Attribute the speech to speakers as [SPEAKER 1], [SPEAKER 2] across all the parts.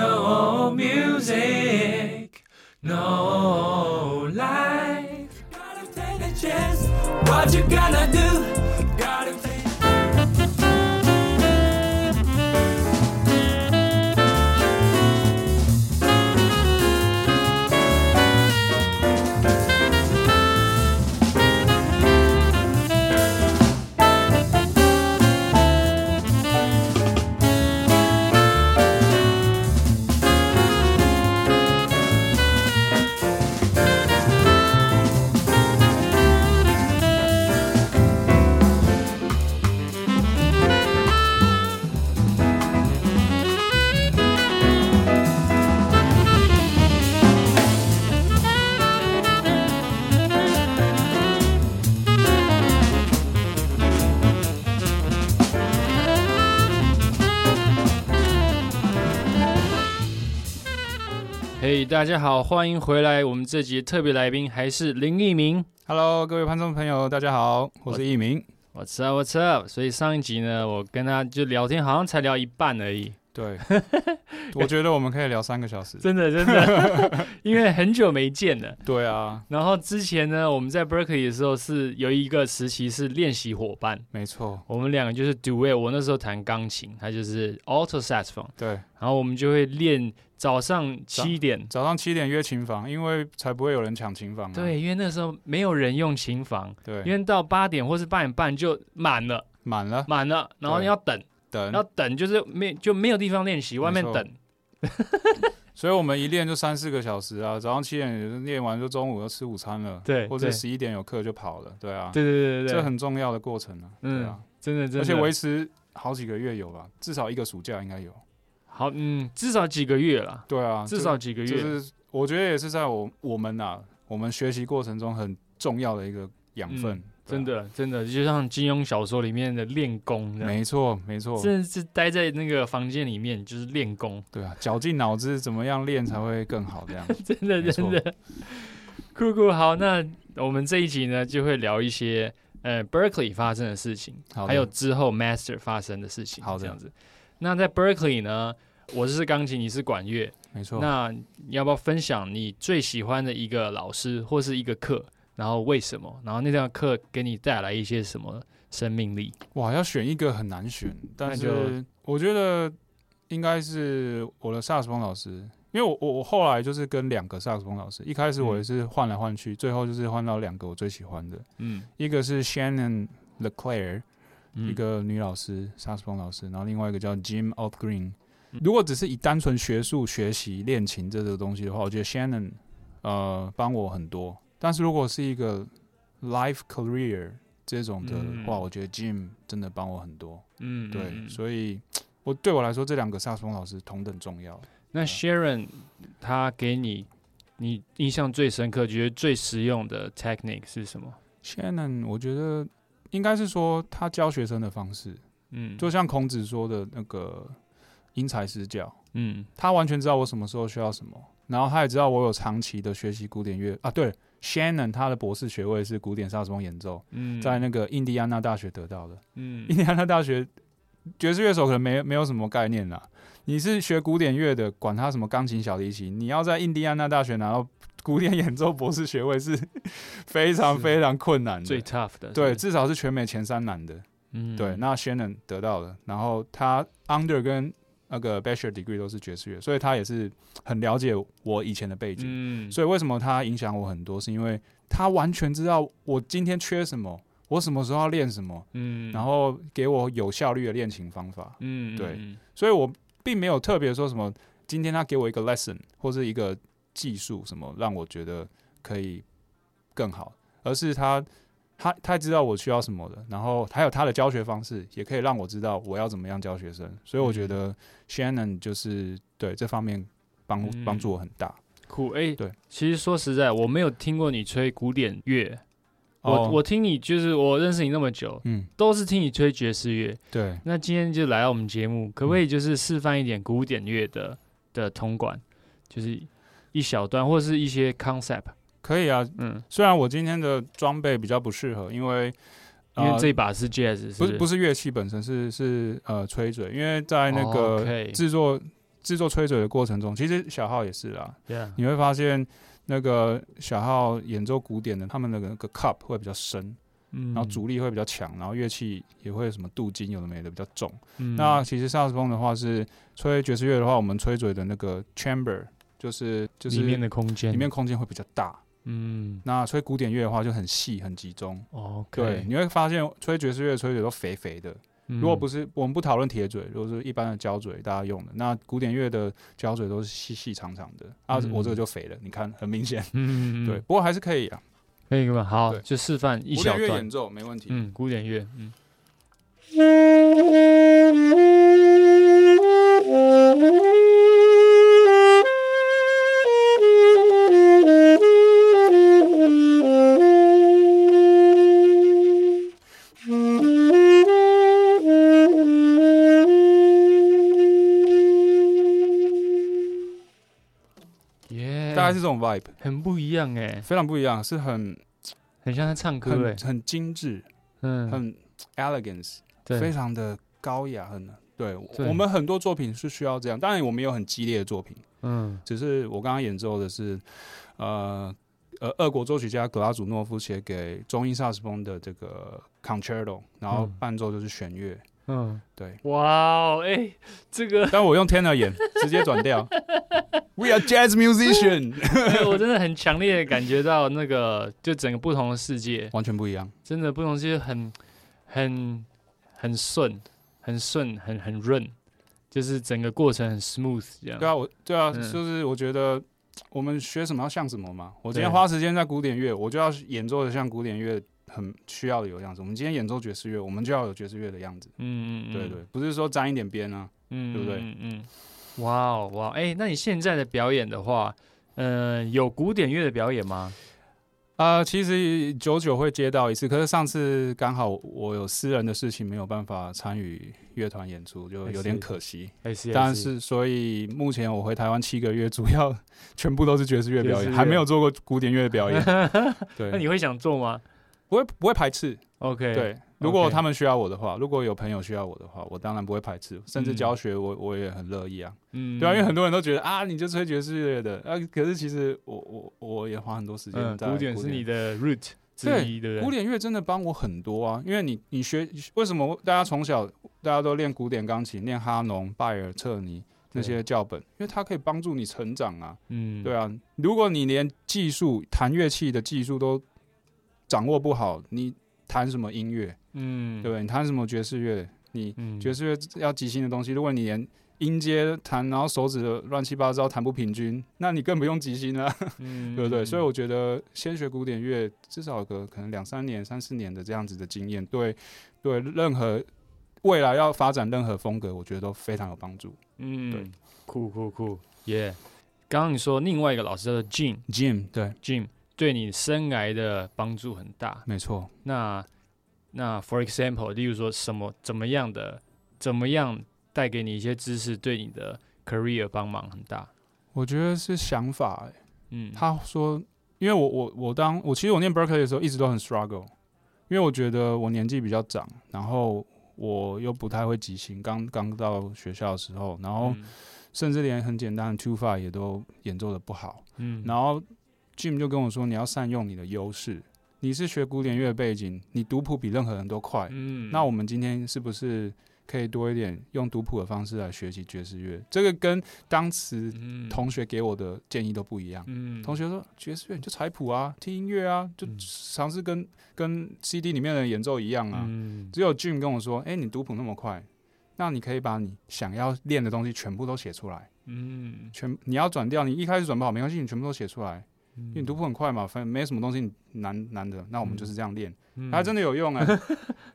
[SPEAKER 1] No music, no life. Gotta take a chance. What you gonna do? Gotta take.
[SPEAKER 2] 嘿大家好，欢迎回来。我们这集特别来宾还是林一鸣。
[SPEAKER 3] Hello，各位观众朋友，大家好，我是一鸣。
[SPEAKER 2] What's up? What's up? 所以上一集呢，我跟他就聊天，好像才聊一半而已。
[SPEAKER 3] 对，我觉得我们可以聊三个小时。
[SPEAKER 2] 真的，真的， 因为很久没见了。
[SPEAKER 3] 对啊，
[SPEAKER 2] 然后之前呢，我们在 Berkeley 的时候是有一个时期是练习伙伴，
[SPEAKER 3] 没错，
[SPEAKER 2] 我们两个就是 duet。我那时候弹钢琴，他就是 alto saxophone，
[SPEAKER 3] 对，
[SPEAKER 2] 然后我们就会练早上七点。
[SPEAKER 3] 早上七点约琴房，因为才不会有人抢琴房、啊。
[SPEAKER 2] 对，因为那时候没有人用琴房，因
[SPEAKER 3] 对，
[SPEAKER 2] 为到八点或是八点半就满了，
[SPEAKER 3] 满了，
[SPEAKER 2] 满了，然后
[SPEAKER 3] 对
[SPEAKER 2] 要等，
[SPEAKER 3] 等
[SPEAKER 2] 要。等就是没就没有地方练习，外面
[SPEAKER 3] 没错
[SPEAKER 2] 等。
[SPEAKER 3] 所以我们一练就三四个小时啊，早上七点练完就中午就吃午餐了，
[SPEAKER 2] 对
[SPEAKER 3] 或者
[SPEAKER 2] 对
[SPEAKER 3] 十一点有课就跑了，对啊，
[SPEAKER 2] 对对对对
[SPEAKER 3] 这
[SPEAKER 2] 对，
[SPEAKER 3] 很重要的过程啊，
[SPEAKER 2] 嗯
[SPEAKER 3] 对啊，
[SPEAKER 2] 真的真的，
[SPEAKER 3] 而且维持好几个月有吧，至少一个暑假应该有，
[SPEAKER 2] 好嗯，至少几个月啦，
[SPEAKER 3] 对啊，
[SPEAKER 2] 至
[SPEAKER 3] 这
[SPEAKER 2] 少几个月。
[SPEAKER 3] 就是我觉得也是在我我们啊，我们学习过程中很重要的一个养分，
[SPEAKER 2] 嗯
[SPEAKER 3] 对
[SPEAKER 2] 真
[SPEAKER 3] 啊，
[SPEAKER 2] 的，真的，就像金庸小说里面的练功这样，
[SPEAKER 3] 没错没错，
[SPEAKER 2] 真的是待在那个房间里面就是练功，
[SPEAKER 3] 对啊，绞尽脑汁怎么样练才会更好这样，
[SPEAKER 2] 真的，
[SPEAKER 3] 没
[SPEAKER 2] 真
[SPEAKER 3] 错
[SPEAKER 2] 的。酷酷，好，那我们这一集呢，就会聊一些呃 Berkeley 发生的事情，
[SPEAKER 3] 好的
[SPEAKER 2] 还有之后 Master 发生的事情，
[SPEAKER 3] 好的
[SPEAKER 2] 这样子。那在 Berkeley 呢，我是钢琴，你是管乐，
[SPEAKER 3] 没错。
[SPEAKER 2] 那你要不要分享你最喜欢的一个老师或是一个课，然后为什么？然后那堂课给你带来一些什么生命力？
[SPEAKER 3] 哇，要选一个很难选，但
[SPEAKER 2] 就是
[SPEAKER 3] 我觉得应该是我的萨克斯风老师，因为我我我后来就是跟两个萨克斯风老师，一开始我也是换来换去，最后就是换到两个我最喜欢的，
[SPEAKER 2] 嗯，
[SPEAKER 3] 一个是 Shannon Leclaire，、
[SPEAKER 2] 嗯
[SPEAKER 3] 一个女老师，萨克斯风老师，然后另外一个叫 Jim Outgreen。如
[SPEAKER 2] 嗯
[SPEAKER 3] 果只是以单纯学术学习练琴这个东西的话，我觉得 Shannon 呃帮我很多，但是如果是一个 life career 这种的话，
[SPEAKER 2] 嗯
[SPEAKER 3] 我觉得 Jim 真的帮我很多。
[SPEAKER 2] 嗯，
[SPEAKER 3] 对，
[SPEAKER 2] 嗯嗯
[SPEAKER 3] 所以我对我来说，这两个萨克斯风老师同等重要。
[SPEAKER 2] 那 Sharon 他给你你印象最深刻、觉得最实用的 technique 是什么？
[SPEAKER 3] Shannon 我觉得应该是说他教学生的方式，
[SPEAKER 2] 嗯，
[SPEAKER 3] 就像孔子说的那个因材施教，
[SPEAKER 2] 嗯
[SPEAKER 3] 他完全知道我什么时候需要什么，然后他也知道我有长期的学习古典乐啊。对，Shannon 他的博士学位是古典萨克斯风演奏，
[SPEAKER 2] 嗯，
[SPEAKER 3] 在那个印第安纳大学得到的。
[SPEAKER 2] 嗯
[SPEAKER 3] 印第安纳大学爵士乐手可能没没有什么概念啦。你是学古典乐的，管他什么钢琴、小提琴，你要在印第安纳大学拿到古典演奏博士学位是非常
[SPEAKER 2] 是
[SPEAKER 3] 非常困难
[SPEAKER 2] 最
[SPEAKER 3] 的。
[SPEAKER 2] tough 的，
[SPEAKER 3] 对，
[SPEAKER 2] 是不是
[SPEAKER 3] 至少是全美前三难的。
[SPEAKER 2] 嗯
[SPEAKER 3] 对，那 Shannon 得到了，然后他 Under 跟那个 Bachelor Degree 都是爵士乐，所以他也是很了解我以前的背景。
[SPEAKER 2] 嗯，
[SPEAKER 3] 所以为什么他影响我很多，是因为他完全知道我今天缺什么，我什么时候要练什么，
[SPEAKER 2] 嗯，
[SPEAKER 3] 然后给我有效率的练琴方法。
[SPEAKER 2] 嗯，
[SPEAKER 3] 对
[SPEAKER 2] 嗯，
[SPEAKER 3] 所以我并没有特别说什么，今天他给我一个 lesson 或是一个技术什么，让我觉得可以更好，而是他他他知道我需要什么的，然后还有他的教学方式，也可以让我知道我要怎么样教学生。所以我觉得 Shannon 就是对这方面帮
[SPEAKER 2] 嗯
[SPEAKER 3] 帮助我很大。
[SPEAKER 2] 酷哎，
[SPEAKER 3] 对，
[SPEAKER 2] 其实说实在，我没有听过你吹古典乐，
[SPEAKER 3] 哦
[SPEAKER 2] 我我听你就是我认识你那么久，
[SPEAKER 3] 嗯
[SPEAKER 2] 都是听你吹爵士乐，
[SPEAKER 3] 对
[SPEAKER 2] 那今天就来到我们节目，可不可以就是示范一点古典乐的的铜管，就是一小段或是一些 concept？
[SPEAKER 3] 可以啊，
[SPEAKER 2] 嗯，
[SPEAKER 3] 虽然我今天的装备比较不适合，因为。
[SPEAKER 2] 因为
[SPEAKER 3] 呃
[SPEAKER 2] 这一把是 jazz，
[SPEAKER 3] 不是不
[SPEAKER 2] 是
[SPEAKER 3] 是乐器本身，是是呃吹嘴，因为在那个
[SPEAKER 2] 哦 OK
[SPEAKER 3] 制作制作吹嘴的过程中，其实小号也是啦，
[SPEAKER 2] Yeah，
[SPEAKER 3] 你会发现那个小号演奏古典的，他们的那个 cup 会比较深，
[SPEAKER 2] 嗯
[SPEAKER 3] 然后主力会比较强，然后乐器也会有什么镀金有的没的比较重。
[SPEAKER 2] 嗯
[SPEAKER 3] 那其实萨克斯风的话是吹爵士乐的话，我们吹嘴的那个 chamber 就是就是
[SPEAKER 2] 里面的空间
[SPEAKER 3] 里面空间会比较大。
[SPEAKER 2] 嗯哦
[SPEAKER 3] 那吹古典乐的话就很细很集中。
[SPEAKER 2] ，OK，嗯
[SPEAKER 3] 对，你会发现吹爵士乐的吹嘴都肥肥的。如果不
[SPEAKER 2] 是
[SPEAKER 3] 是我们不讨论铁嘴，如果是一般的胶嘴大家用的，那古典乐的胶嘴都是细细长长的啊，
[SPEAKER 2] 嗯
[SPEAKER 3] 我这个就肥了，你看很明显。
[SPEAKER 2] 嗯嗯嗯
[SPEAKER 3] 对，不过还是可以啊，
[SPEAKER 2] 可以吗？好，
[SPEAKER 3] 对
[SPEAKER 2] 就示范一
[SPEAKER 3] 古
[SPEAKER 2] 小
[SPEAKER 3] 典乐
[SPEAKER 2] 段
[SPEAKER 3] 演，奏没问题。
[SPEAKER 2] 嗯，古典乐，嗯，耶，
[SPEAKER 3] 大概是这种 vibe，
[SPEAKER 2] 很不一样哎，
[SPEAKER 3] 非常不一样，是很
[SPEAKER 2] 很像在唱歌哎
[SPEAKER 3] 很，很精致，
[SPEAKER 2] 嗯，
[SPEAKER 3] 很 elegance，非
[SPEAKER 2] 对，
[SPEAKER 3] 常的高雅，很对。我
[SPEAKER 2] 对
[SPEAKER 3] 我们很多作品是需要这样，当然我们也有很激烈的作品，
[SPEAKER 2] 嗯
[SPEAKER 3] 只是我刚刚演奏的是，呃呃，俄国作曲家格拉祖诺夫写给中音萨克斯风的这个 concerto，然后
[SPEAKER 2] 嗯
[SPEAKER 3] 伴奏就是弦乐，
[SPEAKER 2] 嗯，
[SPEAKER 3] 对。
[SPEAKER 2] 哇哦，哎、这个、
[SPEAKER 3] 但我用 tenor 演，直接 转调。We are jazz musician，
[SPEAKER 2] 哎我真的很强烈的感觉到那个，就整个不同的世界，
[SPEAKER 3] 完全不一样。
[SPEAKER 2] 真的不同的世界很、很、很顺、很顺、很很润，就是整个过程很 smooth 这样。
[SPEAKER 3] 对啊，我对啊，
[SPEAKER 2] 嗯
[SPEAKER 3] 就是我觉得我们学什么要像什么嘛。我今天
[SPEAKER 2] 对
[SPEAKER 3] 花时间在古典乐，我就要演奏的像古典乐很需要有样子。我们今天演奏爵士乐，我们就要有爵士乐的样子。
[SPEAKER 2] 嗯，嗯嗯，
[SPEAKER 3] 对对，不是说沾一点边啊。
[SPEAKER 2] 嗯，
[SPEAKER 3] 对不对
[SPEAKER 2] 嗯嗯，嗯哇哦哇哦，哎、那你现在的表演的话，呃，有古典乐的表演吗？
[SPEAKER 3] 啊，其实久久会接到一次，可是上次刚好我有私人的事情没有办法参与乐团演出，就有点可惜。
[SPEAKER 2] 哎、是，
[SPEAKER 3] 但是，所以目前我回台湾七个月，主要 全部都是爵士乐表
[SPEAKER 2] 爵士
[SPEAKER 3] 演，
[SPEAKER 2] 乐
[SPEAKER 3] 还没有做过古典乐的 表演。
[SPEAKER 2] 那
[SPEAKER 3] 对，
[SPEAKER 2] 你会想做吗
[SPEAKER 3] 不会不会排斥。
[SPEAKER 2] ？OK，，
[SPEAKER 3] 对，如果
[SPEAKER 2] OK
[SPEAKER 3] 他们需要我的话，如果有朋友需要我的话，我当然不会排斥，甚至
[SPEAKER 2] 嗯
[SPEAKER 3] 教学我我也很乐意啊。
[SPEAKER 2] 嗯
[SPEAKER 3] 对啊，因为很多人都觉得啊，你就吹爵士乐的啊，可是其实我我我也花很多时间
[SPEAKER 2] 嗯，
[SPEAKER 3] 在
[SPEAKER 2] 古典是你的 root 之
[SPEAKER 3] 对
[SPEAKER 2] 一，对不对？
[SPEAKER 3] 古典乐真的帮我很多啊，因为你你学为什么大家从小大家都练古典钢琴、练哈农、拜尔特尼那
[SPEAKER 2] 对
[SPEAKER 3] 些教本，因为它可以帮助你成长啊。
[SPEAKER 2] 嗯，
[SPEAKER 3] 对啊，如果你连技术弹乐器的技术都掌握不好，你弹什么音乐？
[SPEAKER 2] 嗯，
[SPEAKER 3] 对不啊对？你弹什么爵士乐？你
[SPEAKER 2] 嗯，
[SPEAKER 3] 爵士乐要即兴的东西，如果你连音阶弹，然后手指的乱七八糟弹不平均，那你更不用即兴了、
[SPEAKER 2] 嗯，
[SPEAKER 3] 对不对？所以
[SPEAKER 2] 我
[SPEAKER 3] 我觉得先学古典乐，至少有个可能两三年、三四年的这样子的经验，对对，任何未来要发展任何风格，我觉得都非常有帮助。对
[SPEAKER 2] 嗯，酷酷酷，耶！刚刚你说另外一个老师叫做 Jim
[SPEAKER 3] Jim，对，
[SPEAKER 2] Jim，对你生涯的帮助很大。
[SPEAKER 3] 没错，
[SPEAKER 2] 那那 for example，例如说什么怎么样的怎么样带给你一些知识，对你的 career 帮忙很大。
[SPEAKER 3] 我觉得是想法、欸。
[SPEAKER 2] 嗯，
[SPEAKER 3] 他说，因为我我我当我其实我念 Berkeley 的时候一直都很 struggle，因为我觉得我年纪比较长，然后我又不太会即兴，刚刚到学校的时候，然后
[SPEAKER 2] 嗯
[SPEAKER 3] 甚至连很简单的 two five 也都演奏的不好。
[SPEAKER 2] 嗯，
[SPEAKER 3] 然后 Jim 就跟我说，你要善用你的优势，你是学古典乐背景，你读谱比任何人都快。
[SPEAKER 2] 嗯，
[SPEAKER 3] 那我们今天是不是可以多一点用读谱的方式来学习爵士乐？这个跟当时
[SPEAKER 2] 嗯
[SPEAKER 3] 同学给我的建议都不一样。
[SPEAKER 2] 嗯
[SPEAKER 3] 同学说爵士乐你就采谱啊，听音乐啊，就
[SPEAKER 2] 嗯
[SPEAKER 3] 尝试跟跟 CD 里面的演奏一样啊。
[SPEAKER 2] 嗯
[SPEAKER 3] 只有 Jim 跟我说，哎、你读谱那么快，那你可以把你想要练的东西全部都写出来，
[SPEAKER 2] 嗯，
[SPEAKER 3] 全你要转调，你一开始转不好没关系，你全部都写出来，
[SPEAKER 2] 嗯
[SPEAKER 3] 因为你读谱很快嘛，反正没什么东西难难的，那我们就是这样练，
[SPEAKER 2] 嗯
[SPEAKER 3] 还、真的有用 哎、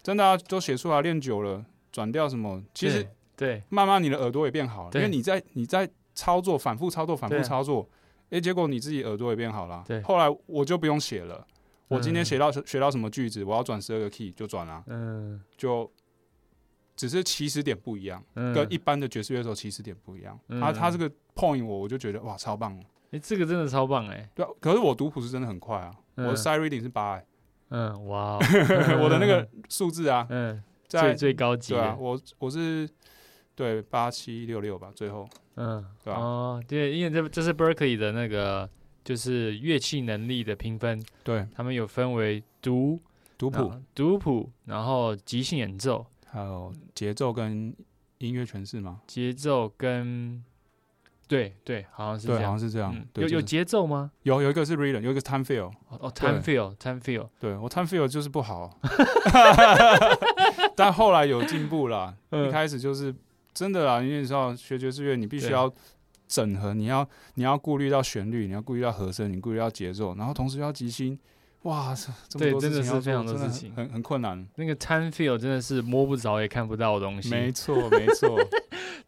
[SPEAKER 3] 真的、啊、都写出来，练久了转调什么，其实
[SPEAKER 2] 对
[SPEAKER 3] 慢慢你的耳朵也变好了，因
[SPEAKER 2] 对
[SPEAKER 3] 为你在你在操作、反复操作、反复
[SPEAKER 2] 对啊
[SPEAKER 3] 操作，诶，结果你自己耳朵也变好了。
[SPEAKER 2] 对
[SPEAKER 3] 后来我就不用写了，我今天
[SPEAKER 2] 嗯
[SPEAKER 3] 写到、学到什么句子，我要转十二个 key 就转了、啊
[SPEAKER 2] 嗯
[SPEAKER 3] 就只是起始点不一样，
[SPEAKER 2] 嗯，
[SPEAKER 3] 跟一般的爵士乐手起始点不一样。
[SPEAKER 2] 嗯
[SPEAKER 3] 他他这个 point 我我就觉得哇超棒了，
[SPEAKER 2] 哎，这个真的超棒哎。
[SPEAKER 3] 对啊、可是我读谱是真的很快啊，我
[SPEAKER 2] 嗯
[SPEAKER 3] 的 side reading 是八、欸，
[SPEAKER 2] 嗯， 哇哦，
[SPEAKER 3] 我的那个数字啊，
[SPEAKER 2] 嗯，
[SPEAKER 3] 在
[SPEAKER 2] 最最高级
[SPEAKER 3] 对啊，
[SPEAKER 2] 的，
[SPEAKER 3] 我我是对八七六六吧，最后
[SPEAKER 2] 嗯，
[SPEAKER 3] 对啊吧
[SPEAKER 2] 哦，对，因为这这是 Berkeley 的那个就是乐器能力的评分，
[SPEAKER 3] 对
[SPEAKER 2] 他们有分为读
[SPEAKER 3] 读谱
[SPEAKER 2] 然后读谱，然后即兴演奏、
[SPEAKER 3] 还有节奏跟音乐诠释吗？
[SPEAKER 2] 节奏跟对对，好像是
[SPEAKER 3] 对，
[SPEAKER 2] 这
[SPEAKER 3] 好
[SPEAKER 2] 样
[SPEAKER 3] 像。是这样
[SPEAKER 2] 嗯。
[SPEAKER 3] 对
[SPEAKER 2] 有有
[SPEAKER 3] 就是
[SPEAKER 2] 节奏吗？
[SPEAKER 3] 有有一个是 rhythm，有一个是 time feel。
[SPEAKER 2] 哦哦，time
[SPEAKER 3] 对
[SPEAKER 2] feel，time feel，
[SPEAKER 3] 对我 time feel 就是不好， 但后来有进步啦。
[SPEAKER 2] 嗯
[SPEAKER 3] 一开始就是真的啦，因为你知道学爵士乐，你必须要整合，你要你要顾虑到旋律，你要顾虑到和声，你顾虑到节奏，然后同时要即兴。哇，这这么
[SPEAKER 2] 对
[SPEAKER 3] 多事
[SPEAKER 2] 真的
[SPEAKER 3] 情
[SPEAKER 2] 是
[SPEAKER 3] 要做
[SPEAKER 2] 非常多
[SPEAKER 3] 真的
[SPEAKER 2] 事情
[SPEAKER 3] 很很很困难。
[SPEAKER 2] 那个 time feel 真的是摸不着也看不到的东西，
[SPEAKER 3] 没错，没错，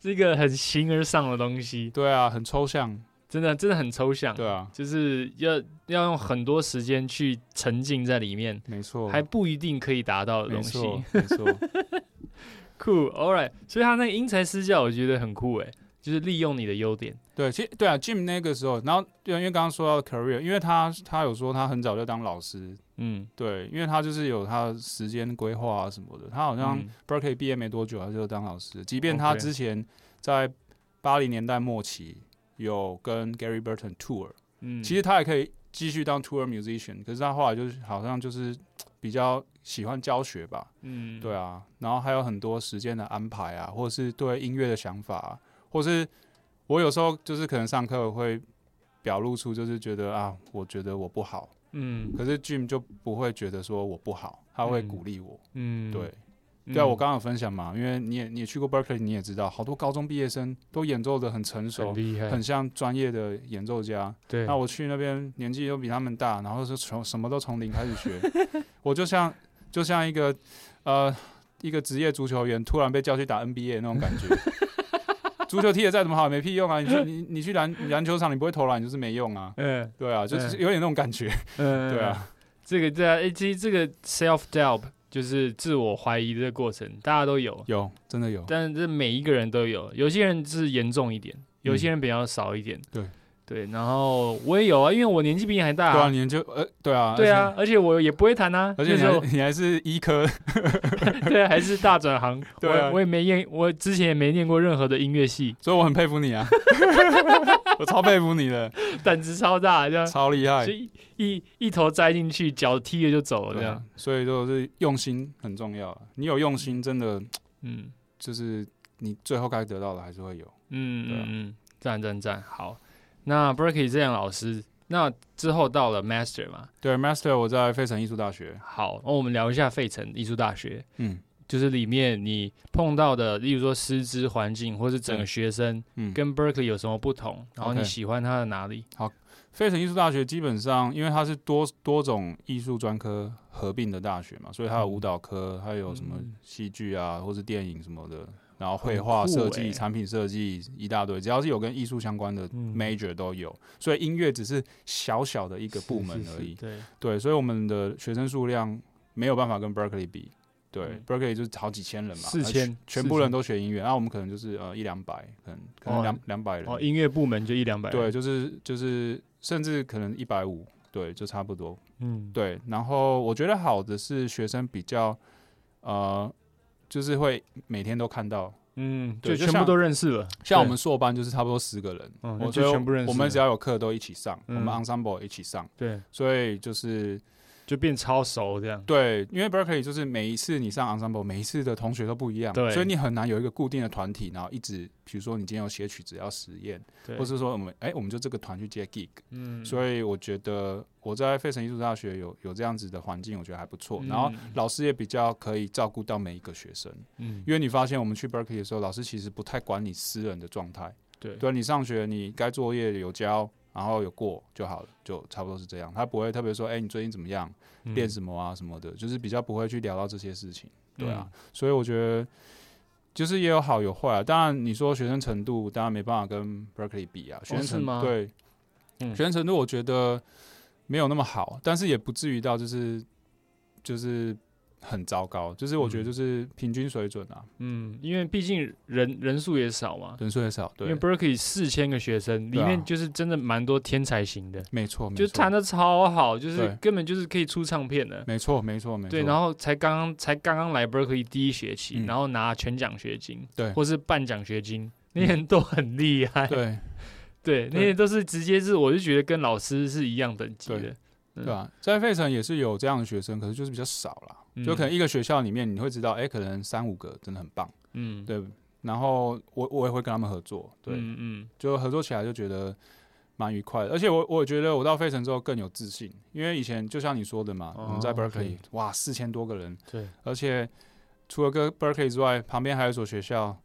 [SPEAKER 2] 是一个很形而上的东西，
[SPEAKER 3] 对啊，很抽象，
[SPEAKER 2] 真的真的很抽象。
[SPEAKER 3] 对啊，
[SPEAKER 2] 就是要要用很多时间去沉浸在里面，
[SPEAKER 3] 没 错，
[SPEAKER 2] 还不一定可以达到的
[SPEAKER 3] 没
[SPEAKER 2] 东西。
[SPEAKER 3] 错，没错，
[SPEAKER 2] 酷，All right，所以他那个因材施教，我觉得很酷诶，就是利用你的优点。
[SPEAKER 3] 对，其实对啊，Jim 那个时候，然后对，啊因为刚刚说到 career，因为他他有说他很早就当老师，
[SPEAKER 2] 嗯，
[SPEAKER 3] 对，因为他就是有他的时间规划啊什么的。他好像
[SPEAKER 2] 嗯
[SPEAKER 3] Berkeley 毕业没多久，他就当老师，即便他
[SPEAKER 2] OK
[SPEAKER 3] 之前在八零年代末期有跟 Gary Burton tour，、
[SPEAKER 2] 嗯，
[SPEAKER 3] 其实他也可以继续当 tour musician，可是他后来就是好像就是比较喜欢教学吧，
[SPEAKER 2] 嗯，
[SPEAKER 3] 对啊，然后还有很多时间的安排啊，或者是对音乐的想法、啊，或是我有时候就是可能上课会表露出就是觉得啊，我觉得我不好，
[SPEAKER 2] 嗯
[SPEAKER 3] 可是 Jim 就不会觉得说我不好，他会
[SPEAKER 2] 嗯
[SPEAKER 3] 鼓励我。
[SPEAKER 2] 嗯，
[SPEAKER 3] 对，
[SPEAKER 2] 嗯
[SPEAKER 3] 对啊，我刚刚有分享嘛，因为你也你也去过 Berkeley，你也知道，好多高中毕业生都演奏的很成熟
[SPEAKER 2] 很，厉害，
[SPEAKER 3] 很像专业的演奏家。
[SPEAKER 2] 对，
[SPEAKER 3] 那我去那边年纪又比他们大，然后是从什么都从零开始 学，我就像就像一个呃一个职业足球员突然被叫去打 NBA 那种感 觉。足球踢得再怎么好也没屁用啊！你去你你去篮篮球场，你不会投篮，你就是没用啊！
[SPEAKER 2] 嗯
[SPEAKER 3] 对啊，就是
[SPEAKER 2] 嗯
[SPEAKER 3] 有点那种感觉。
[SPEAKER 2] 嗯，
[SPEAKER 3] 对啊，
[SPEAKER 2] 这个对啊，诶其实这个 self doubt 就是自我怀疑的这个过程，大家都有，
[SPEAKER 3] 有真的有，
[SPEAKER 2] 但是每一个人都有，有些人是严重一点，有些人比较少一点。
[SPEAKER 3] 嗯对
[SPEAKER 2] 对，然后我也有啊，因为我年纪比你还大、
[SPEAKER 3] 对啊，你就呃对啊，
[SPEAKER 2] 对
[SPEAKER 3] 而
[SPEAKER 2] 啊
[SPEAKER 3] 且，，
[SPEAKER 2] 而且我也不会弹啊，
[SPEAKER 3] 而且
[SPEAKER 2] 那
[SPEAKER 3] 你
[SPEAKER 2] 时候
[SPEAKER 3] 还你还是医科，
[SPEAKER 2] 对啊还是大转行，
[SPEAKER 3] 对啊
[SPEAKER 2] 我我也没念，我之前也没念过任何的音乐系，
[SPEAKER 3] 所以我很佩服你啊， 我超佩服你的，
[SPEAKER 2] 胆子超大，这样，
[SPEAKER 3] 超厉害
[SPEAKER 2] 所。以一一一头栽进去，脚踢了就走了，这
[SPEAKER 3] 对
[SPEAKER 2] 样
[SPEAKER 3] 啊，，所以就是用心很重要啊，你有用心，真的
[SPEAKER 2] 嗯
[SPEAKER 3] 就是你最后该得到的还是会有。
[SPEAKER 2] 嗯
[SPEAKER 3] 对啊
[SPEAKER 2] 嗯嗯，赞赞赞，好，那 Berkeley 这样老师，那之后到了 Master 嘛，
[SPEAKER 3] 对，Master，我在费城艺术大学，
[SPEAKER 2] 好，那我们聊一下费城艺术大学，
[SPEAKER 3] 嗯
[SPEAKER 2] 就是里面你碰到的，例如说师资环境，或是整个
[SPEAKER 3] 嗯
[SPEAKER 2] 学生
[SPEAKER 3] 嗯，
[SPEAKER 2] 跟 Berkeley 有什么不同，然后你
[SPEAKER 3] OK
[SPEAKER 2] 喜欢他的哪里？
[SPEAKER 3] 费城艺术大学基本上因为它是多多种艺术专科合并的大学嘛，所以它有舞蹈科，还有什么
[SPEAKER 2] 嗯
[SPEAKER 3] 戏剧啊，或是电影什么的。然后绘
[SPEAKER 2] 很
[SPEAKER 3] 画
[SPEAKER 2] 酷
[SPEAKER 3] 设
[SPEAKER 2] 欸
[SPEAKER 3] 计、产品设计一大堆，只要是有跟艺术相关的
[SPEAKER 2] 嗯
[SPEAKER 3] major 都有，所以音乐只是小小的一个部门而已。
[SPEAKER 2] 对，
[SPEAKER 3] 对，所以我们的学生数量没有办法跟 Berkeley 比。对、
[SPEAKER 2] 嗯
[SPEAKER 3] b e r k e l e y 就是好几千人嘛，
[SPEAKER 2] 4000
[SPEAKER 3] 呃全全部
[SPEAKER 2] 4000
[SPEAKER 3] 人都学音乐，然后我们可能就是呃一两百，可能可能
[SPEAKER 2] 哦
[SPEAKER 3] 两两百人，
[SPEAKER 2] 哦，音乐部门就一两百，
[SPEAKER 3] 对，，就是就是甚至可能一百五，对，就差不多。
[SPEAKER 2] 嗯，
[SPEAKER 3] 对，然后我觉得好的是学生比较呃，就是会每天都看到，
[SPEAKER 2] 嗯，就
[SPEAKER 3] 对就
[SPEAKER 2] 全部
[SPEAKER 3] 像
[SPEAKER 2] 都认识了。
[SPEAKER 3] 像我
[SPEAKER 2] 对
[SPEAKER 3] 们硕班就是差不多十个人，
[SPEAKER 2] 嗯那
[SPEAKER 3] 我
[SPEAKER 2] 就
[SPEAKER 3] 觉得
[SPEAKER 2] 全部认识
[SPEAKER 3] 我们
[SPEAKER 2] 了
[SPEAKER 3] 只要有课都一起上，我们
[SPEAKER 2] 嗯
[SPEAKER 3] ensemble 一起上，
[SPEAKER 2] 对，
[SPEAKER 3] 所以就是
[SPEAKER 2] 就变超熟这样。
[SPEAKER 3] 对，因为 Berkeley 就是每一次你上 ensemble，每一次的同学都不一样，
[SPEAKER 2] 对
[SPEAKER 3] 所以你很难有一个固定的团体，然后一直，比如说你今天有写曲子要实验，
[SPEAKER 2] 对，
[SPEAKER 3] 或是说我们哎、我们就这个团去接 gig，、
[SPEAKER 2] 嗯，
[SPEAKER 3] 所以我觉得我在费城艺术大学有有这样子的环境，我觉得还不错。然后
[SPEAKER 2] 嗯
[SPEAKER 3] 老师也比较可以照顾到每一个学生，
[SPEAKER 2] 嗯，
[SPEAKER 3] 因为你发现我们去 Berkeley 的时候，老师其实不太管你私人的状态，
[SPEAKER 2] 对
[SPEAKER 3] 对啊你上学你该作业有交，然后有过就好了，就差不多是这样，他不会特别说哎、你最近怎么样。
[SPEAKER 2] 嗯
[SPEAKER 3] 练什么啊什么的，就是比较不会去聊到这些事情，对啊，
[SPEAKER 2] 嗯
[SPEAKER 3] 所以我觉得就是也有好有坏啊。当然你说学生程度，当然没办法跟 Berkeley 比啊，学生
[SPEAKER 2] 哦是
[SPEAKER 3] 程度、
[SPEAKER 2] 吗
[SPEAKER 3] 对，
[SPEAKER 2] 嗯
[SPEAKER 3] 学生程度我觉得没有那么好，但是也不至于到就是就是很糟糕，就是我觉得就是平均水准啊，
[SPEAKER 2] 嗯，因为毕竟人人数也少嘛，
[SPEAKER 3] 人数也少，
[SPEAKER 2] 因为，
[SPEAKER 3] 对
[SPEAKER 2] Berkeley 四千个学生里
[SPEAKER 3] 对啊
[SPEAKER 2] 面就是真的蛮多天才型的，
[SPEAKER 3] 没错，没
[SPEAKER 2] 就是
[SPEAKER 3] 错
[SPEAKER 2] 弹的超好，就是
[SPEAKER 3] 对
[SPEAKER 2] 根本就是可以出唱片的。
[SPEAKER 3] 没错，没错，没错，
[SPEAKER 2] 对，然后才刚刚才刚刚来 Berkeley 第一学期，
[SPEAKER 3] 嗯
[SPEAKER 2] 然后拿全奖学金，
[SPEAKER 3] 对嗯
[SPEAKER 2] 或是半奖学金，那些人都很厉害，
[SPEAKER 3] 对
[SPEAKER 2] 对，那
[SPEAKER 3] 对
[SPEAKER 2] 些都是直接是，我就觉得跟老师是一样等级的
[SPEAKER 3] 对，对啊，在费城也是有这样的学生，可是就是比较少啦，
[SPEAKER 2] 嗯
[SPEAKER 3] 就可能一个学校里面你会知道，哎、可能三五个真的很棒，
[SPEAKER 2] 嗯，
[SPEAKER 3] 对，然后我我也会跟他们合作，对，
[SPEAKER 2] 嗯嗯
[SPEAKER 3] 就合作起来就觉得蛮愉快的，而且我我觉得我到费城之后更有自信，因为以前就像你说的嘛，
[SPEAKER 2] 哦
[SPEAKER 3] 我们在
[SPEAKER 2] OK
[SPEAKER 3] Berkeley，哇，四千多个人，
[SPEAKER 2] 对
[SPEAKER 3] 而且除了跟 Berkeley 之外，旁边还有一所学校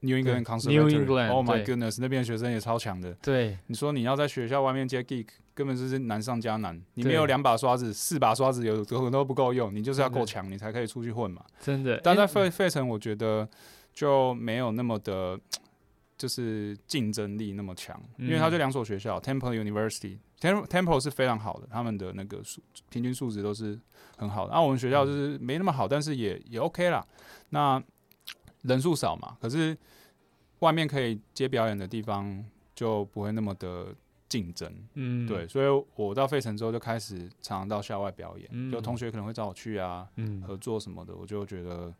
[SPEAKER 3] New England
[SPEAKER 2] New England，
[SPEAKER 3] Conservatory，Oh my
[SPEAKER 2] 对
[SPEAKER 3] goodness，那边的学生也超强的。
[SPEAKER 2] 对，
[SPEAKER 3] 你说你要在学校外面接 geek，根本就是难上加难。你
[SPEAKER 2] 对
[SPEAKER 3] 没有两把刷子，四把刷子有有都不够用，你就是要够强，你才可以出去混嘛。
[SPEAKER 2] 真的。
[SPEAKER 3] 但
[SPEAKER 2] 诶
[SPEAKER 3] 在费费城，我觉得就没有那么的，就是竞争力那么强，因为
[SPEAKER 2] 嗯
[SPEAKER 3] 它就两所学校，Temple University。Temple Temple 是非常好的，他们的那个数平均数值都是很好的。啊那、我们学
[SPEAKER 2] 嗯
[SPEAKER 3] 校就是没那么好，但是也也 OK 啦。那人数少嘛，可是外面可以接表演的地方就不会那么的竞争。
[SPEAKER 2] 嗯，
[SPEAKER 3] 对，，所以我到费城之后就开始常常到校外表演，
[SPEAKER 2] 嗯
[SPEAKER 3] 就同学可能会找我去啊，
[SPEAKER 2] 嗯，
[SPEAKER 3] 合作什么的，我就觉得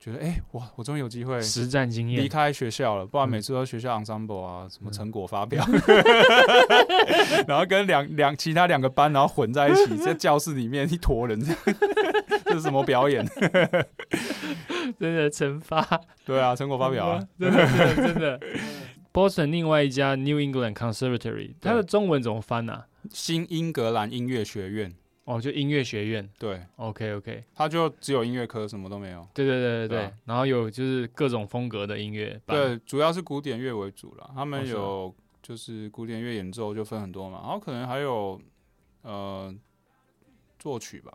[SPEAKER 3] 觉得哎、哇，我终于有机会
[SPEAKER 2] 实战经
[SPEAKER 3] 离
[SPEAKER 2] 验，
[SPEAKER 3] 开学校了，不然
[SPEAKER 2] 嗯
[SPEAKER 3] 每次都学校 ensemble 啊，什么
[SPEAKER 2] 嗯
[SPEAKER 3] 成果发表， 然后跟两两其他两个班然后混在一 起，在教室里面一坨人这样， 这是什么表演？
[SPEAKER 2] 真的惩罚
[SPEAKER 3] 对啊，成果发表啊，，
[SPEAKER 2] 真的真的真 的。Boston 另外一家 New England Conservatory，它的中文怎么翻啊呢？
[SPEAKER 3] 新英格兰音乐学院，
[SPEAKER 2] 哦，就音乐学院。
[SPEAKER 3] 对，
[SPEAKER 2] OK OK，
[SPEAKER 3] 它就只有音乐科，什么都没有。
[SPEAKER 2] 对对对对
[SPEAKER 3] 对
[SPEAKER 2] 对
[SPEAKER 3] 啊。
[SPEAKER 2] 然后有就是各种风格的音乐班。
[SPEAKER 3] 对，主要是古典乐为主了。他
[SPEAKER 2] 哦
[SPEAKER 3] 们
[SPEAKER 2] 是啊
[SPEAKER 3] 有就是古典乐演奏就分很多嘛，然后可能还有呃作曲吧，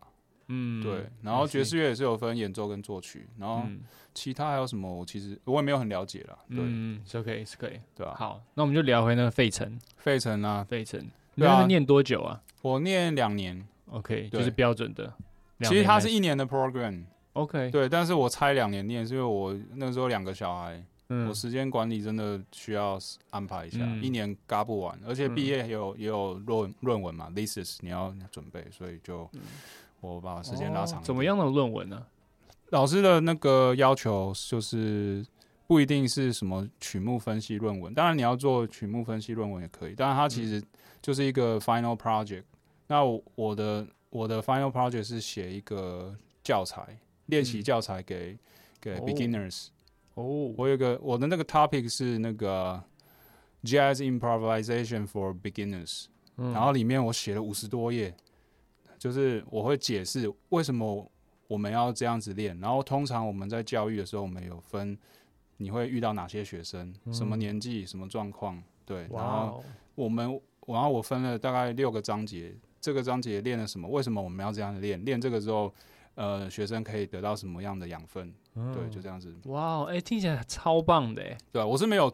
[SPEAKER 2] 嗯，
[SPEAKER 3] 对。然后
[SPEAKER 2] I see
[SPEAKER 3] 爵士乐也是有分演奏跟作曲，然后
[SPEAKER 2] 嗯
[SPEAKER 3] 其他还有什么我其实我也没有很了解啦，对、
[SPEAKER 2] 嗯，是可以是可以。
[SPEAKER 3] 对吧、
[SPEAKER 2] 好，那我们就聊回那个费城，
[SPEAKER 3] 费城啊，
[SPEAKER 2] 费城，你
[SPEAKER 3] 对啊
[SPEAKER 2] 那边念多久啊
[SPEAKER 3] 我念两年，
[SPEAKER 2] ？OK，
[SPEAKER 3] 对
[SPEAKER 2] 就是标准的。两
[SPEAKER 3] 其实
[SPEAKER 2] 年
[SPEAKER 3] 它
[SPEAKER 2] 还
[SPEAKER 3] 是一年的 program，
[SPEAKER 2] OK，
[SPEAKER 3] 对，但是我猜两年念是因为我那时候两个小孩，
[SPEAKER 2] 嗯
[SPEAKER 3] 我时间管理真的需要安排一下，
[SPEAKER 2] 嗯
[SPEAKER 3] 一年嘎不完，而且
[SPEAKER 2] 嗯
[SPEAKER 3] 毕业也有、也有论论文嘛，thesis 你要准备，所以就我把时间拉
[SPEAKER 2] 嗯
[SPEAKER 3] 长、
[SPEAKER 2] 哦怎么？样的论文啊呢？
[SPEAKER 3] 老师的那个要求就是不一定是什么曲目分析论文，当然你要做曲目分析论文也可以，但是它其
[SPEAKER 2] 嗯
[SPEAKER 3] 实就是一个 final project。那我我的我的 final project 是写一个教材练习
[SPEAKER 2] 嗯
[SPEAKER 3] 教材给、给
[SPEAKER 2] 哦
[SPEAKER 3] beginners。
[SPEAKER 2] 哦，
[SPEAKER 3] 我有个我的那个 topic 是那个 jazz improvisation for beginners，、
[SPEAKER 2] 嗯
[SPEAKER 3] 然后里面我写了五十多页，就是我会解释为什么我们要这样子练。然后通常我们在教育的时候，我们有分你会遇到哪些学生，
[SPEAKER 2] 嗯
[SPEAKER 3] 什么年纪，什么状况，对。然
[SPEAKER 2] 哇
[SPEAKER 3] 后
[SPEAKER 2] 哦，
[SPEAKER 3] 我们，然后我分了大概六个章节，这个章节练了什么，为什么我们要这样练，练这个之后，呃，学生可以得到什么样的养分，对，
[SPEAKER 2] 嗯
[SPEAKER 3] 就这样子
[SPEAKER 2] 哇哦，哎，听起来超棒的哎，
[SPEAKER 3] 对啊，我是没有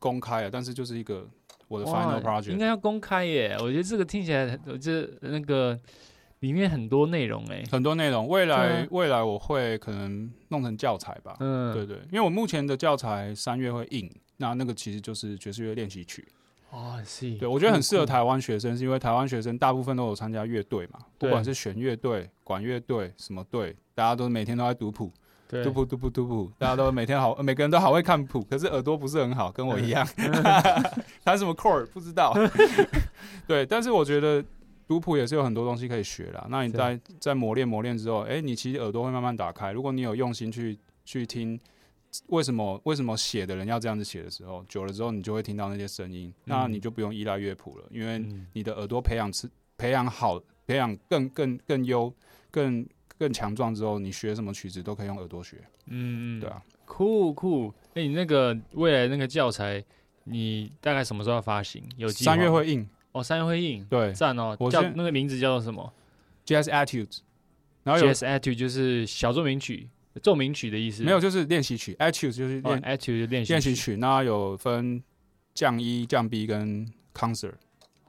[SPEAKER 3] 公开啊，但是就是一个我的
[SPEAKER 2] 哇
[SPEAKER 3] final
[SPEAKER 2] 应
[SPEAKER 3] project。
[SPEAKER 2] 该要公开耶。我觉得这个听起来，我觉得那个里面很多内容哎，
[SPEAKER 3] 很多内容，未来、
[SPEAKER 2] 对啊
[SPEAKER 3] 未来我会可能弄成教材吧，
[SPEAKER 2] 嗯，
[SPEAKER 3] 对对，因为我目前的教材三月会印，那那个其实就是爵士乐练习曲，
[SPEAKER 2] 哦，是，
[SPEAKER 3] 对我觉得很适合
[SPEAKER 2] 酷
[SPEAKER 3] 台湾学生，是因为台湾学生大部分都有参加乐队嘛，不
[SPEAKER 2] 对
[SPEAKER 3] 管是弦乐队、管乐队什么队，大家都每天都在读谱，
[SPEAKER 2] 对
[SPEAKER 3] 嘟，噗嘟噗嘟噗， 大家都每天好，呃每个人都好会看谱，可是耳朵不是很好，跟我一样。 弹什么 chord 不知道。对，但是我觉得读谱也是有很多东西可以学啦。那你
[SPEAKER 2] 对
[SPEAKER 3] 在在磨练磨练之后，哎、你其实耳朵会慢慢打开。如果你有用心去去听。为什么为什么写的人要这样子写的时候，久了之后你就会听到那些声音，那你就不用依赖乐谱了，因为
[SPEAKER 2] 嗯
[SPEAKER 3] 你的耳朵培养吃培养好，培养更更更优、更更强壮之后，你学什么曲子都可以用耳朵学，
[SPEAKER 2] 嗯，嗯
[SPEAKER 3] 对，啊。
[SPEAKER 2] 酷酷，哎，你那个未来那个教材，你大概什么时候要发行？有计划
[SPEAKER 3] 三月
[SPEAKER 2] 吗
[SPEAKER 3] 会印，
[SPEAKER 2] 哦，三月会印，
[SPEAKER 3] 对
[SPEAKER 2] 赞哦
[SPEAKER 3] 我，
[SPEAKER 2] 叫
[SPEAKER 3] 先
[SPEAKER 2] 那个名字叫做什么
[SPEAKER 3] ，Jazz Etudes，然后有
[SPEAKER 2] ？Jazz Etude 就是小奏鸣曲，奏鸣曲的意思，
[SPEAKER 3] 没有就是练习曲，Etudes 就是
[SPEAKER 2] 哦
[SPEAKER 3] 练
[SPEAKER 2] ，Etude 就练习
[SPEAKER 3] E 练习曲，那有分降一、降 B 跟 concert，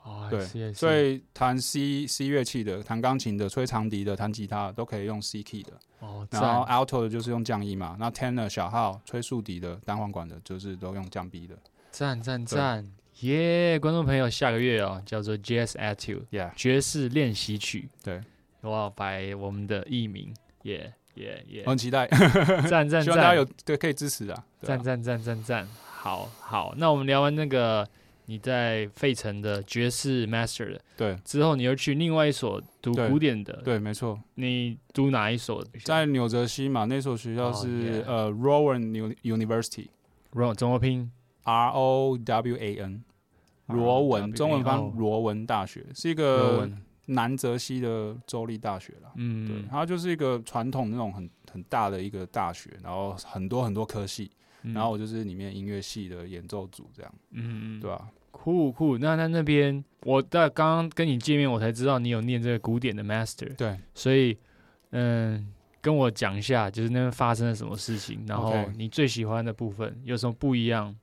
[SPEAKER 2] 哦，
[SPEAKER 3] 对
[SPEAKER 2] I see, I see
[SPEAKER 3] 所以弹 C C 乐器的、弹钢琴的、吹长笛的、弹吉他的都可以用 C key 的，
[SPEAKER 2] 哦，
[SPEAKER 3] 然后
[SPEAKER 2] 赞
[SPEAKER 3] alto 的就是用降 E 嘛，那 tenor 小号、吹竖笛的、单簧管的，就是都用降 B 的。
[SPEAKER 2] 赞赞
[SPEAKER 3] 对
[SPEAKER 2] 赞，耶！观众朋友，下个月哦，叫做 Jazz Attitude
[SPEAKER 3] Yeah，
[SPEAKER 2] 爵士练习曲，
[SPEAKER 3] 对，
[SPEAKER 2] 我要摆我们的艺名，耶耶耶
[SPEAKER 3] 我！很期待，
[SPEAKER 2] 赞赞
[SPEAKER 3] 哦希望大家有
[SPEAKER 2] 赞，
[SPEAKER 3] 对可以支持啊。对
[SPEAKER 2] 赞
[SPEAKER 3] 啊
[SPEAKER 2] 赞赞赞赞，好好，那我们聊完那个你在费城的爵士 Master 的
[SPEAKER 3] 对
[SPEAKER 2] 之后，你又去另外一所读
[SPEAKER 3] 对
[SPEAKER 2] 古典的，
[SPEAKER 3] 对，没错，
[SPEAKER 2] 你读哪一所？
[SPEAKER 3] 在纽泽西嘛，那所学校是
[SPEAKER 2] Oh, yeah
[SPEAKER 3] 呃 Rowan University。
[SPEAKER 2] Ron 怎么拼？
[SPEAKER 3] R O W A N，罗
[SPEAKER 2] 哦啊
[SPEAKER 3] 文，啊中文翻罗文大学，是一
[SPEAKER 2] 罗
[SPEAKER 3] 个
[SPEAKER 2] 文
[SPEAKER 3] 南泽西的州立大学啦。对
[SPEAKER 2] 嗯，，
[SPEAKER 3] 它就是一个传统那种很很大的一个大学，然后很多很多科系，
[SPEAKER 2] 嗯
[SPEAKER 3] 然后我就是里面音乐系的演奏组这样，
[SPEAKER 2] 嗯，嗯
[SPEAKER 3] 对啊吧？
[SPEAKER 2] 酷酷，那那那边我在刚刚跟你见面，我才知道你有念这个古典的 master，
[SPEAKER 3] 对，
[SPEAKER 2] 所以嗯，跟我讲一下，就是那边发生了什么事情，然后
[SPEAKER 3] OK
[SPEAKER 2] 你最喜欢的部分有什么不一样？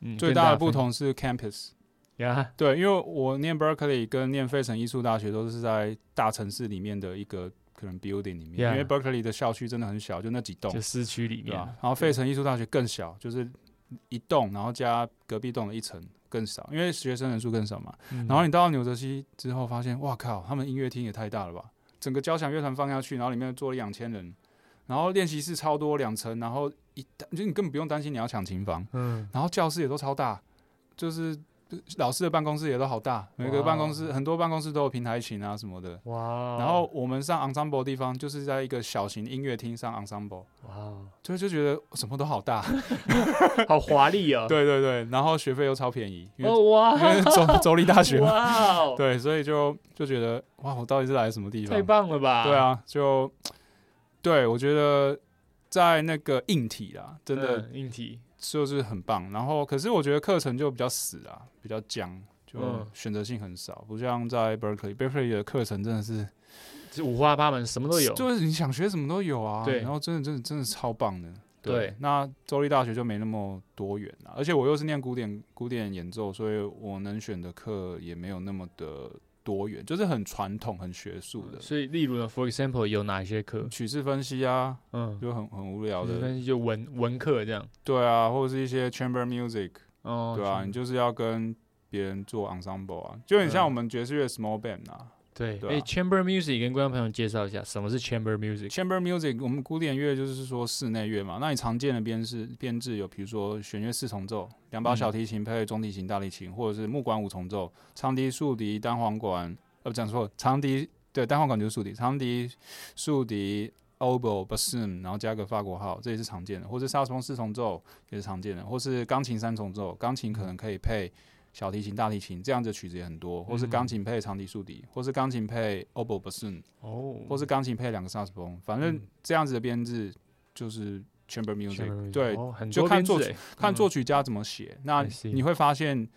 [SPEAKER 2] 嗯，
[SPEAKER 3] 最
[SPEAKER 2] 跟
[SPEAKER 3] 大
[SPEAKER 2] 家
[SPEAKER 3] 的不
[SPEAKER 2] 分
[SPEAKER 3] 同是 campus。
[SPEAKER 2] 呀，
[SPEAKER 3] 对，因为我念 Berkeley 跟念费城艺术大学都是在大城市里面的一个可能 building 里面
[SPEAKER 2] Yeah
[SPEAKER 3] 因为 Berkeley 的校区真的很小，就那几栋
[SPEAKER 2] 就，市区里
[SPEAKER 3] 哦对啊
[SPEAKER 2] 面
[SPEAKER 3] 吧、，然后费城艺术大学更小，就是一栋，然后加隔壁栋的一层更少，因为学生人数更少嘛。
[SPEAKER 2] 嗯
[SPEAKER 3] 然后你到纽泽西之后，发现哇靠，他们音乐厅也太大了吧！整个交响乐团放下去，然后里面坐了两千人，然后练习室超多两层，然后一大就你根本不用担心你要抢琴房，
[SPEAKER 2] 嗯，
[SPEAKER 3] 然后教室也都超大，就是呃老师的办公室也都好大，每个
[SPEAKER 2] 哇
[SPEAKER 3] 办公室很多办公室都有平台琴啊什么的。
[SPEAKER 2] 哇哦，
[SPEAKER 3] 然后我们上 ensemble 的地方就是在一个小型音乐厅上 ensemble，
[SPEAKER 2] 哇哦，
[SPEAKER 3] 就就觉得什么都 好大，
[SPEAKER 2] 好华丽哦，
[SPEAKER 3] 对对对，然后学费又超便宜，因为、
[SPEAKER 2] 哦哇
[SPEAKER 3] 因为 州州立大学嘛，
[SPEAKER 2] 哇哦，
[SPEAKER 3] 对，所以就就觉得哇，我到底是来什么地
[SPEAKER 2] 太
[SPEAKER 3] 方？
[SPEAKER 2] 棒了吧？
[SPEAKER 3] 对，啊，就对我觉得在那个硬体啦，真的
[SPEAKER 2] 硬体，
[SPEAKER 3] 就是很棒。然后可是我觉得课程就比较死啊，比较僵，就
[SPEAKER 2] 嗯
[SPEAKER 3] 选择性很少，不像在 Berkeley，Berkeley 的课程真的是
[SPEAKER 2] 就五花八门，什么都有，
[SPEAKER 3] 就是你想学什么都有啊。
[SPEAKER 2] 对
[SPEAKER 3] 然后真的真的真的超棒的。
[SPEAKER 2] 对
[SPEAKER 3] 那州立大学就没那么多元啊，而且我又是念古典古典演奏，所以我能选的课也没有那么的多元，就是很传统、很学术的、
[SPEAKER 2] 所以例如呢，for example 有哪一些课？
[SPEAKER 3] 曲式分析啊，
[SPEAKER 2] 嗯，
[SPEAKER 3] 就很很无聊
[SPEAKER 2] 就是
[SPEAKER 3] 的，
[SPEAKER 2] 分析就文文课这样。
[SPEAKER 3] 对啊，或者是一些 chamber music，
[SPEAKER 2] 哦，
[SPEAKER 3] 对啊，
[SPEAKER 2] 是
[SPEAKER 3] 你就是要跟别人做 ensemble 啊，就很像
[SPEAKER 2] 嗯
[SPEAKER 3] 我们爵士乐 small band 啊、
[SPEAKER 2] 对，
[SPEAKER 3] 对
[SPEAKER 2] 哎
[SPEAKER 3] 啊
[SPEAKER 2] ，chamber music 跟观众朋友介绍一下什么是 chamber music。
[SPEAKER 3] c h a m b e r music，我们古典乐就是说室内乐嘛。那你常见的编制编制有，比如说弦乐四重奏，两把
[SPEAKER 2] 嗯
[SPEAKER 3] 小提琴配中提琴、大提琴，或者是木管五重奏，长笛、竖笛、单簧管，呃，不讲错，长笛对，单簧管就是竖笛，长笛、竖笛、oboe、bassoon，然后加个法国号，这也是常见的，或是萨克斯风四重奏也是常见的，或是钢琴三重奏，钢琴可能可以配。小提琴、大提琴这样子的曲子也很多，或是
[SPEAKER 2] 嗯
[SPEAKER 3] 钢琴配长笛、竖笛，或是钢琴配 oboe、bassoon，
[SPEAKER 2] 哦，
[SPEAKER 3] 或是钢琴配两个萨克斯风，反正
[SPEAKER 2] 嗯
[SPEAKER 3] 这样子的编制就是 chamber music，、
[SPEAKER 2] chamber music，
[SPEAKER 3] 对，
[SPEAKER 2] 哦很
[SPEAKER 3] 就
[SPEAKER 2] 多
[SPEAKER 3] 看
[SPEAKER 2] 编
[SPEAKER 3] 作
[SPEAKER 2] 制哎，
[SPEAKER 3] 看作
[SPEAKER 2] 曲
[SPEAKER 3] 曲家怎么写。那
[SPEAKER 2] I see
[SPEAKER 3] 你会发现，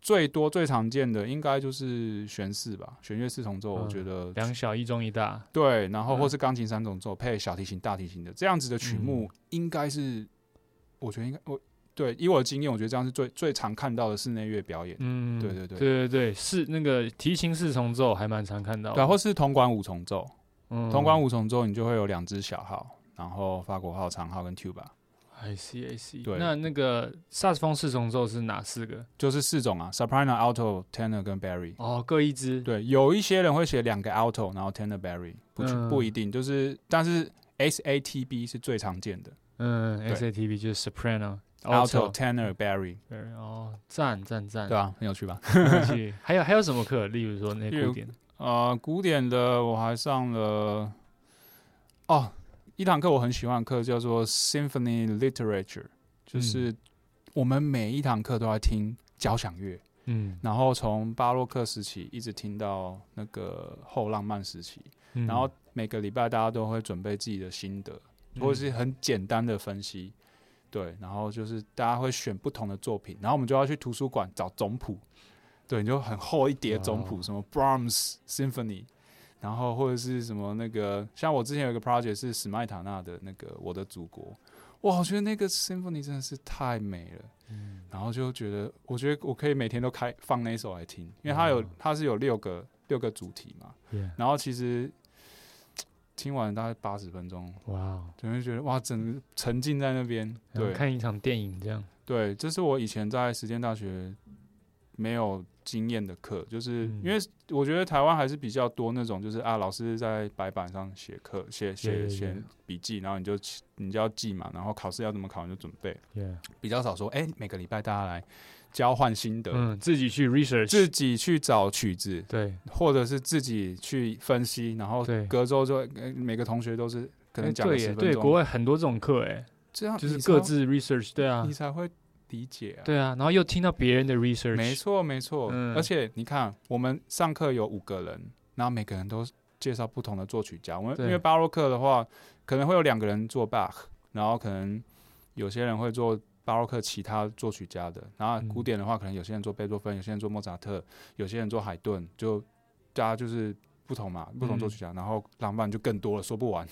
[SPEAKER 3] 最多最常见的应该就是弦四吧，弦乐四重奏，
[SPEAKER 2] 嗯
[SPEAKER 3] 我觉得、
[SPEAKER 2] 两小一中一大，
[SPEAKER 3] 对，然后
[SPEAKER 2] 嗯
[SPEAKER 3] 或是钢琴三重奏配小提琴、大提琴的这样子的曲目，应该是、我觉得应该我对以我的经验，我觉得这样是最最常看到的室内乐表演，
[SPEAKER 2] 嗯，
[SPEAKER 3] 对对对
[SPEAKER 2] 对对对，是那个提琴四重奏还蛮常看到的，
[SPEAKER 3] 对，或是铜管五重奏，
[SPEAKER 2] 嗯
[SPEAKER 3] 铜管五重奏你就会有两只小号，然后法国号、长号跟 tuba。
[SPEAKER 2] ，I see I see，
[SPEAKER 3] 对
[SPEAKER 2] 那那个萨克斯风四重奏是哪四个？
[SPEAKER 3] 就是四种啊，soprano、alto、tenor 跟 barry。
[SPEAKER 2] 哦，各一支，
[SPEAKER 3] 对，有一些人会写两个 alto，然后 tenor barry，不、
[SPEAKER 2] 嗯
[SPEAKER 3] 不一定，就是但是 SATB 是最常见的
[SPEAKER 2] 嗯
[SPEAKER 3] 对
[SPEAKER 2] ，SATB 就是 soprano、
[SPEAKER 3] ，alto、tenor、barry，
[SPEAKER 2] 对哦，赞赞赞，
[SPEAKER 3] 对啊，很有趣吧？
[SPEAKER 2] 很有趣，还有还有什么课？例如说那
[SPEAKER 3] 例如
[SPEAKER 2] 古典，
[SPEAKER 3] 呃，古典的我还上了，哦，一堂课我很喜欢的课叫做 symphony literature，就是我们每一堂课都要听交响乐，
[SPEAKER 2] 嗯，
[SPEAKER 3] 然后从巴洛克时期一直听到那个后浪漫时期。
[SPEAKER 2] 嗯
[SPEAKER 3] 然后每个礼拜大家都会准备自己的心得，
[SPEAKER 2] 嗯
[SPEAKER 3] 或者是很简单的分析。对，然后就是大家会选不同的作品，然后我们就要去图书馆找总谱，对，你就很厚一叠总
[SPEAKER 2] 哇
[SPEAKER 3] 谱，什么 Brahms Symphony，然后或者是什么那个，像我之前有一个 project 是史迈塔纳的那个《我的祖国》，哇，我觉得那个 symphony 真的是太美了。
[SPEAKER 2] 嗯
[SPEAKER 3] 然后就觉得，我觉得我可以每天都开放那一首来听，因为它有
[SPEAKER 2] 哦
[SPEAKER 3] 它是有六个六个主题嘛。
[SPEAKER 2] ，Yeah，
[SPEAKER 3] 然后其实听完大概八十分钟，
[SPEAKER 2] 哇哦，
[SPEAKER 3] 就会觉得哇，整个沉浸在那边。
[SPEAKER 2] 然后
[SPEAKER 3] 对
[SPEAKER 2] 看一场电影这样，
[SPEAKER 3] 对，这是我以前在实践大学没有经验的课，就是
[SPEAKER 2] 嗯
[SPEAKER 3] 因为我觉得台湾还是比较多那种，就是啊，老师在白板上写课写写
[SPEAKER 2] 对
[SPEAKER 3] 写
[SPEAKER 2] 对
[SPEAKER 3] 笔记，然后你就你就要记嘛，然后考试要怎么考你就准备，
[SPEAKER 2] ，Yeah，
[SPEAKER 3] 比较少说哎、每个礼拜大家来交换心得。
[SPEAKER 2] 嗯，自己去 research，
[SPEAKER 3] 自己去找曲子，
[SPEAKER 2] 对，
[SPEAKER 3] 或者是自己去分析，然后
[SPEAKER 2] 对
[SPEAKER 3] 隔周就呃每个同学都是可能
[SPEAKER 2] 哎
[SPEAKER 3] 讲了
[SPEAKER 2] 对
[SPEAKER 3] 十
[SPEAKER 2] 耶，
[SPEAKER 3] 分
[SPEAKER 2] 对，国
[SPEAKER 3] 钟，
[SPEAKER 2] 外很多这种课哎，
[SPEAKER 3] 这样
[SPEAKER 2] 就是
[SPEAKER 3] 你才
[SPEAKER 2] 各自 research，对啊
[SPEAKER 3] 你，才会理解啊。
[SPEAKER 2] 对啊，然后又听到别人的 research，
[SPEAKER 3] 没错没错，
[SPEAKER 2] 嗯
[SPEAKER 3] 而且你看，我们上课有五个人，然后每个人都介绍不同的作曲家。我们因
[SPEAKER 2] 对
[SPEAKER 3] 为巴洛克的话，可能会有两个人做 Bach，然后可能有些人会做巴洛克其他作曲家的，然后
[SPEAKER 2] 嗯
[SPEAKER 3] 古典的话，可能有些人做贝多芬，有些人做莫扎特，有些人做海顿，就大家就是不同嘛，不同作曲家，然后浪漫就更多了，说不完。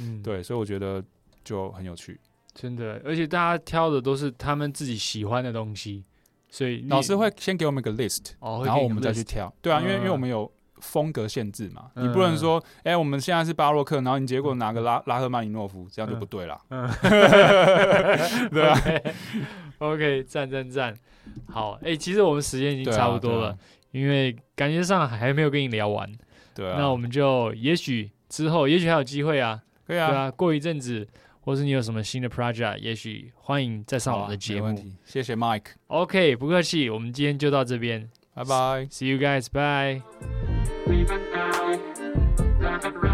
[SPEAKER 2] 嗯，
[SPEAKER 3] 对，所以我觉得就很有趣。
[SPEAKER 2] 真的，而且大家挑的都是他们自己喜欢的东西，所以你
[SPEAKER 3] 老师会先给我们一个 list，
[SPEAKER 2] 哦，会
[SPEAKER 3] 然后
[SPEAKER 2] 给
[SPEAKER 3] 我
[SPEAKER 2] 你
[SPEAKER 3] 们
[SPEAKER 2] 个
[SPEAKER 3] 再去
[SPEAKER 2] list，
[SPEAKER 3] 挑。对啊，因为因为
[SPEAKER 2] 嗯
[SPEAKER 3] 我们有风格限制嘛，
[SPEAKER 2] 嗯
[SPEAKER 3] 你不能说，哎、我们现在是巴洛克，然后你结果拿个拉拉赫曼尼诺夫，这样就
[SPEAKER 2] 嗯
[SPEAKER 3] 不对啦。
[SPEAKER 2] 嗯，
[SPEAKER 3] 对啊
[SPEAKER 2] OK，赞赞赞，好，哎、其实我们时间已经
[SPEAKER 3] 对啊
[SPEAKER 2] 差不多
[SPEAKER 3] 对
[SPEAKER 2] 了，
[SPEAKER 3] 啊
[SPEAKER 2] 因为感觉上还没有跟你聊完，
[SPEAKER 3] 对啊，
[SPEAKER 2] 那我们就也许之后，也许还有机会啊，
[SPEAKER 3] 可以
[SPEAKER 2] 对
[SPEAKER 3] 啊，
[SPEAKER 2] 啊，过一阵子，或是你有什么新的 project，也许欢迎再上
[SPEAKER 3] 好
[SPEAKER 2] 我
[SPEAKER 3] 啊
[SPEAKER 2] 们的节
[SPEAKER 3] 没问
[SPEAKER 2] 目。
[SPEAKER 3] 题，谢谢 Mike，
[SPEAKER 2] OK，不客气，我们今天就到这边
[SPEAKER 3] 拜拜。
[SPEAKER 2] ，See you guys，bye。
[SPEAKER 4] We've been down, down and round.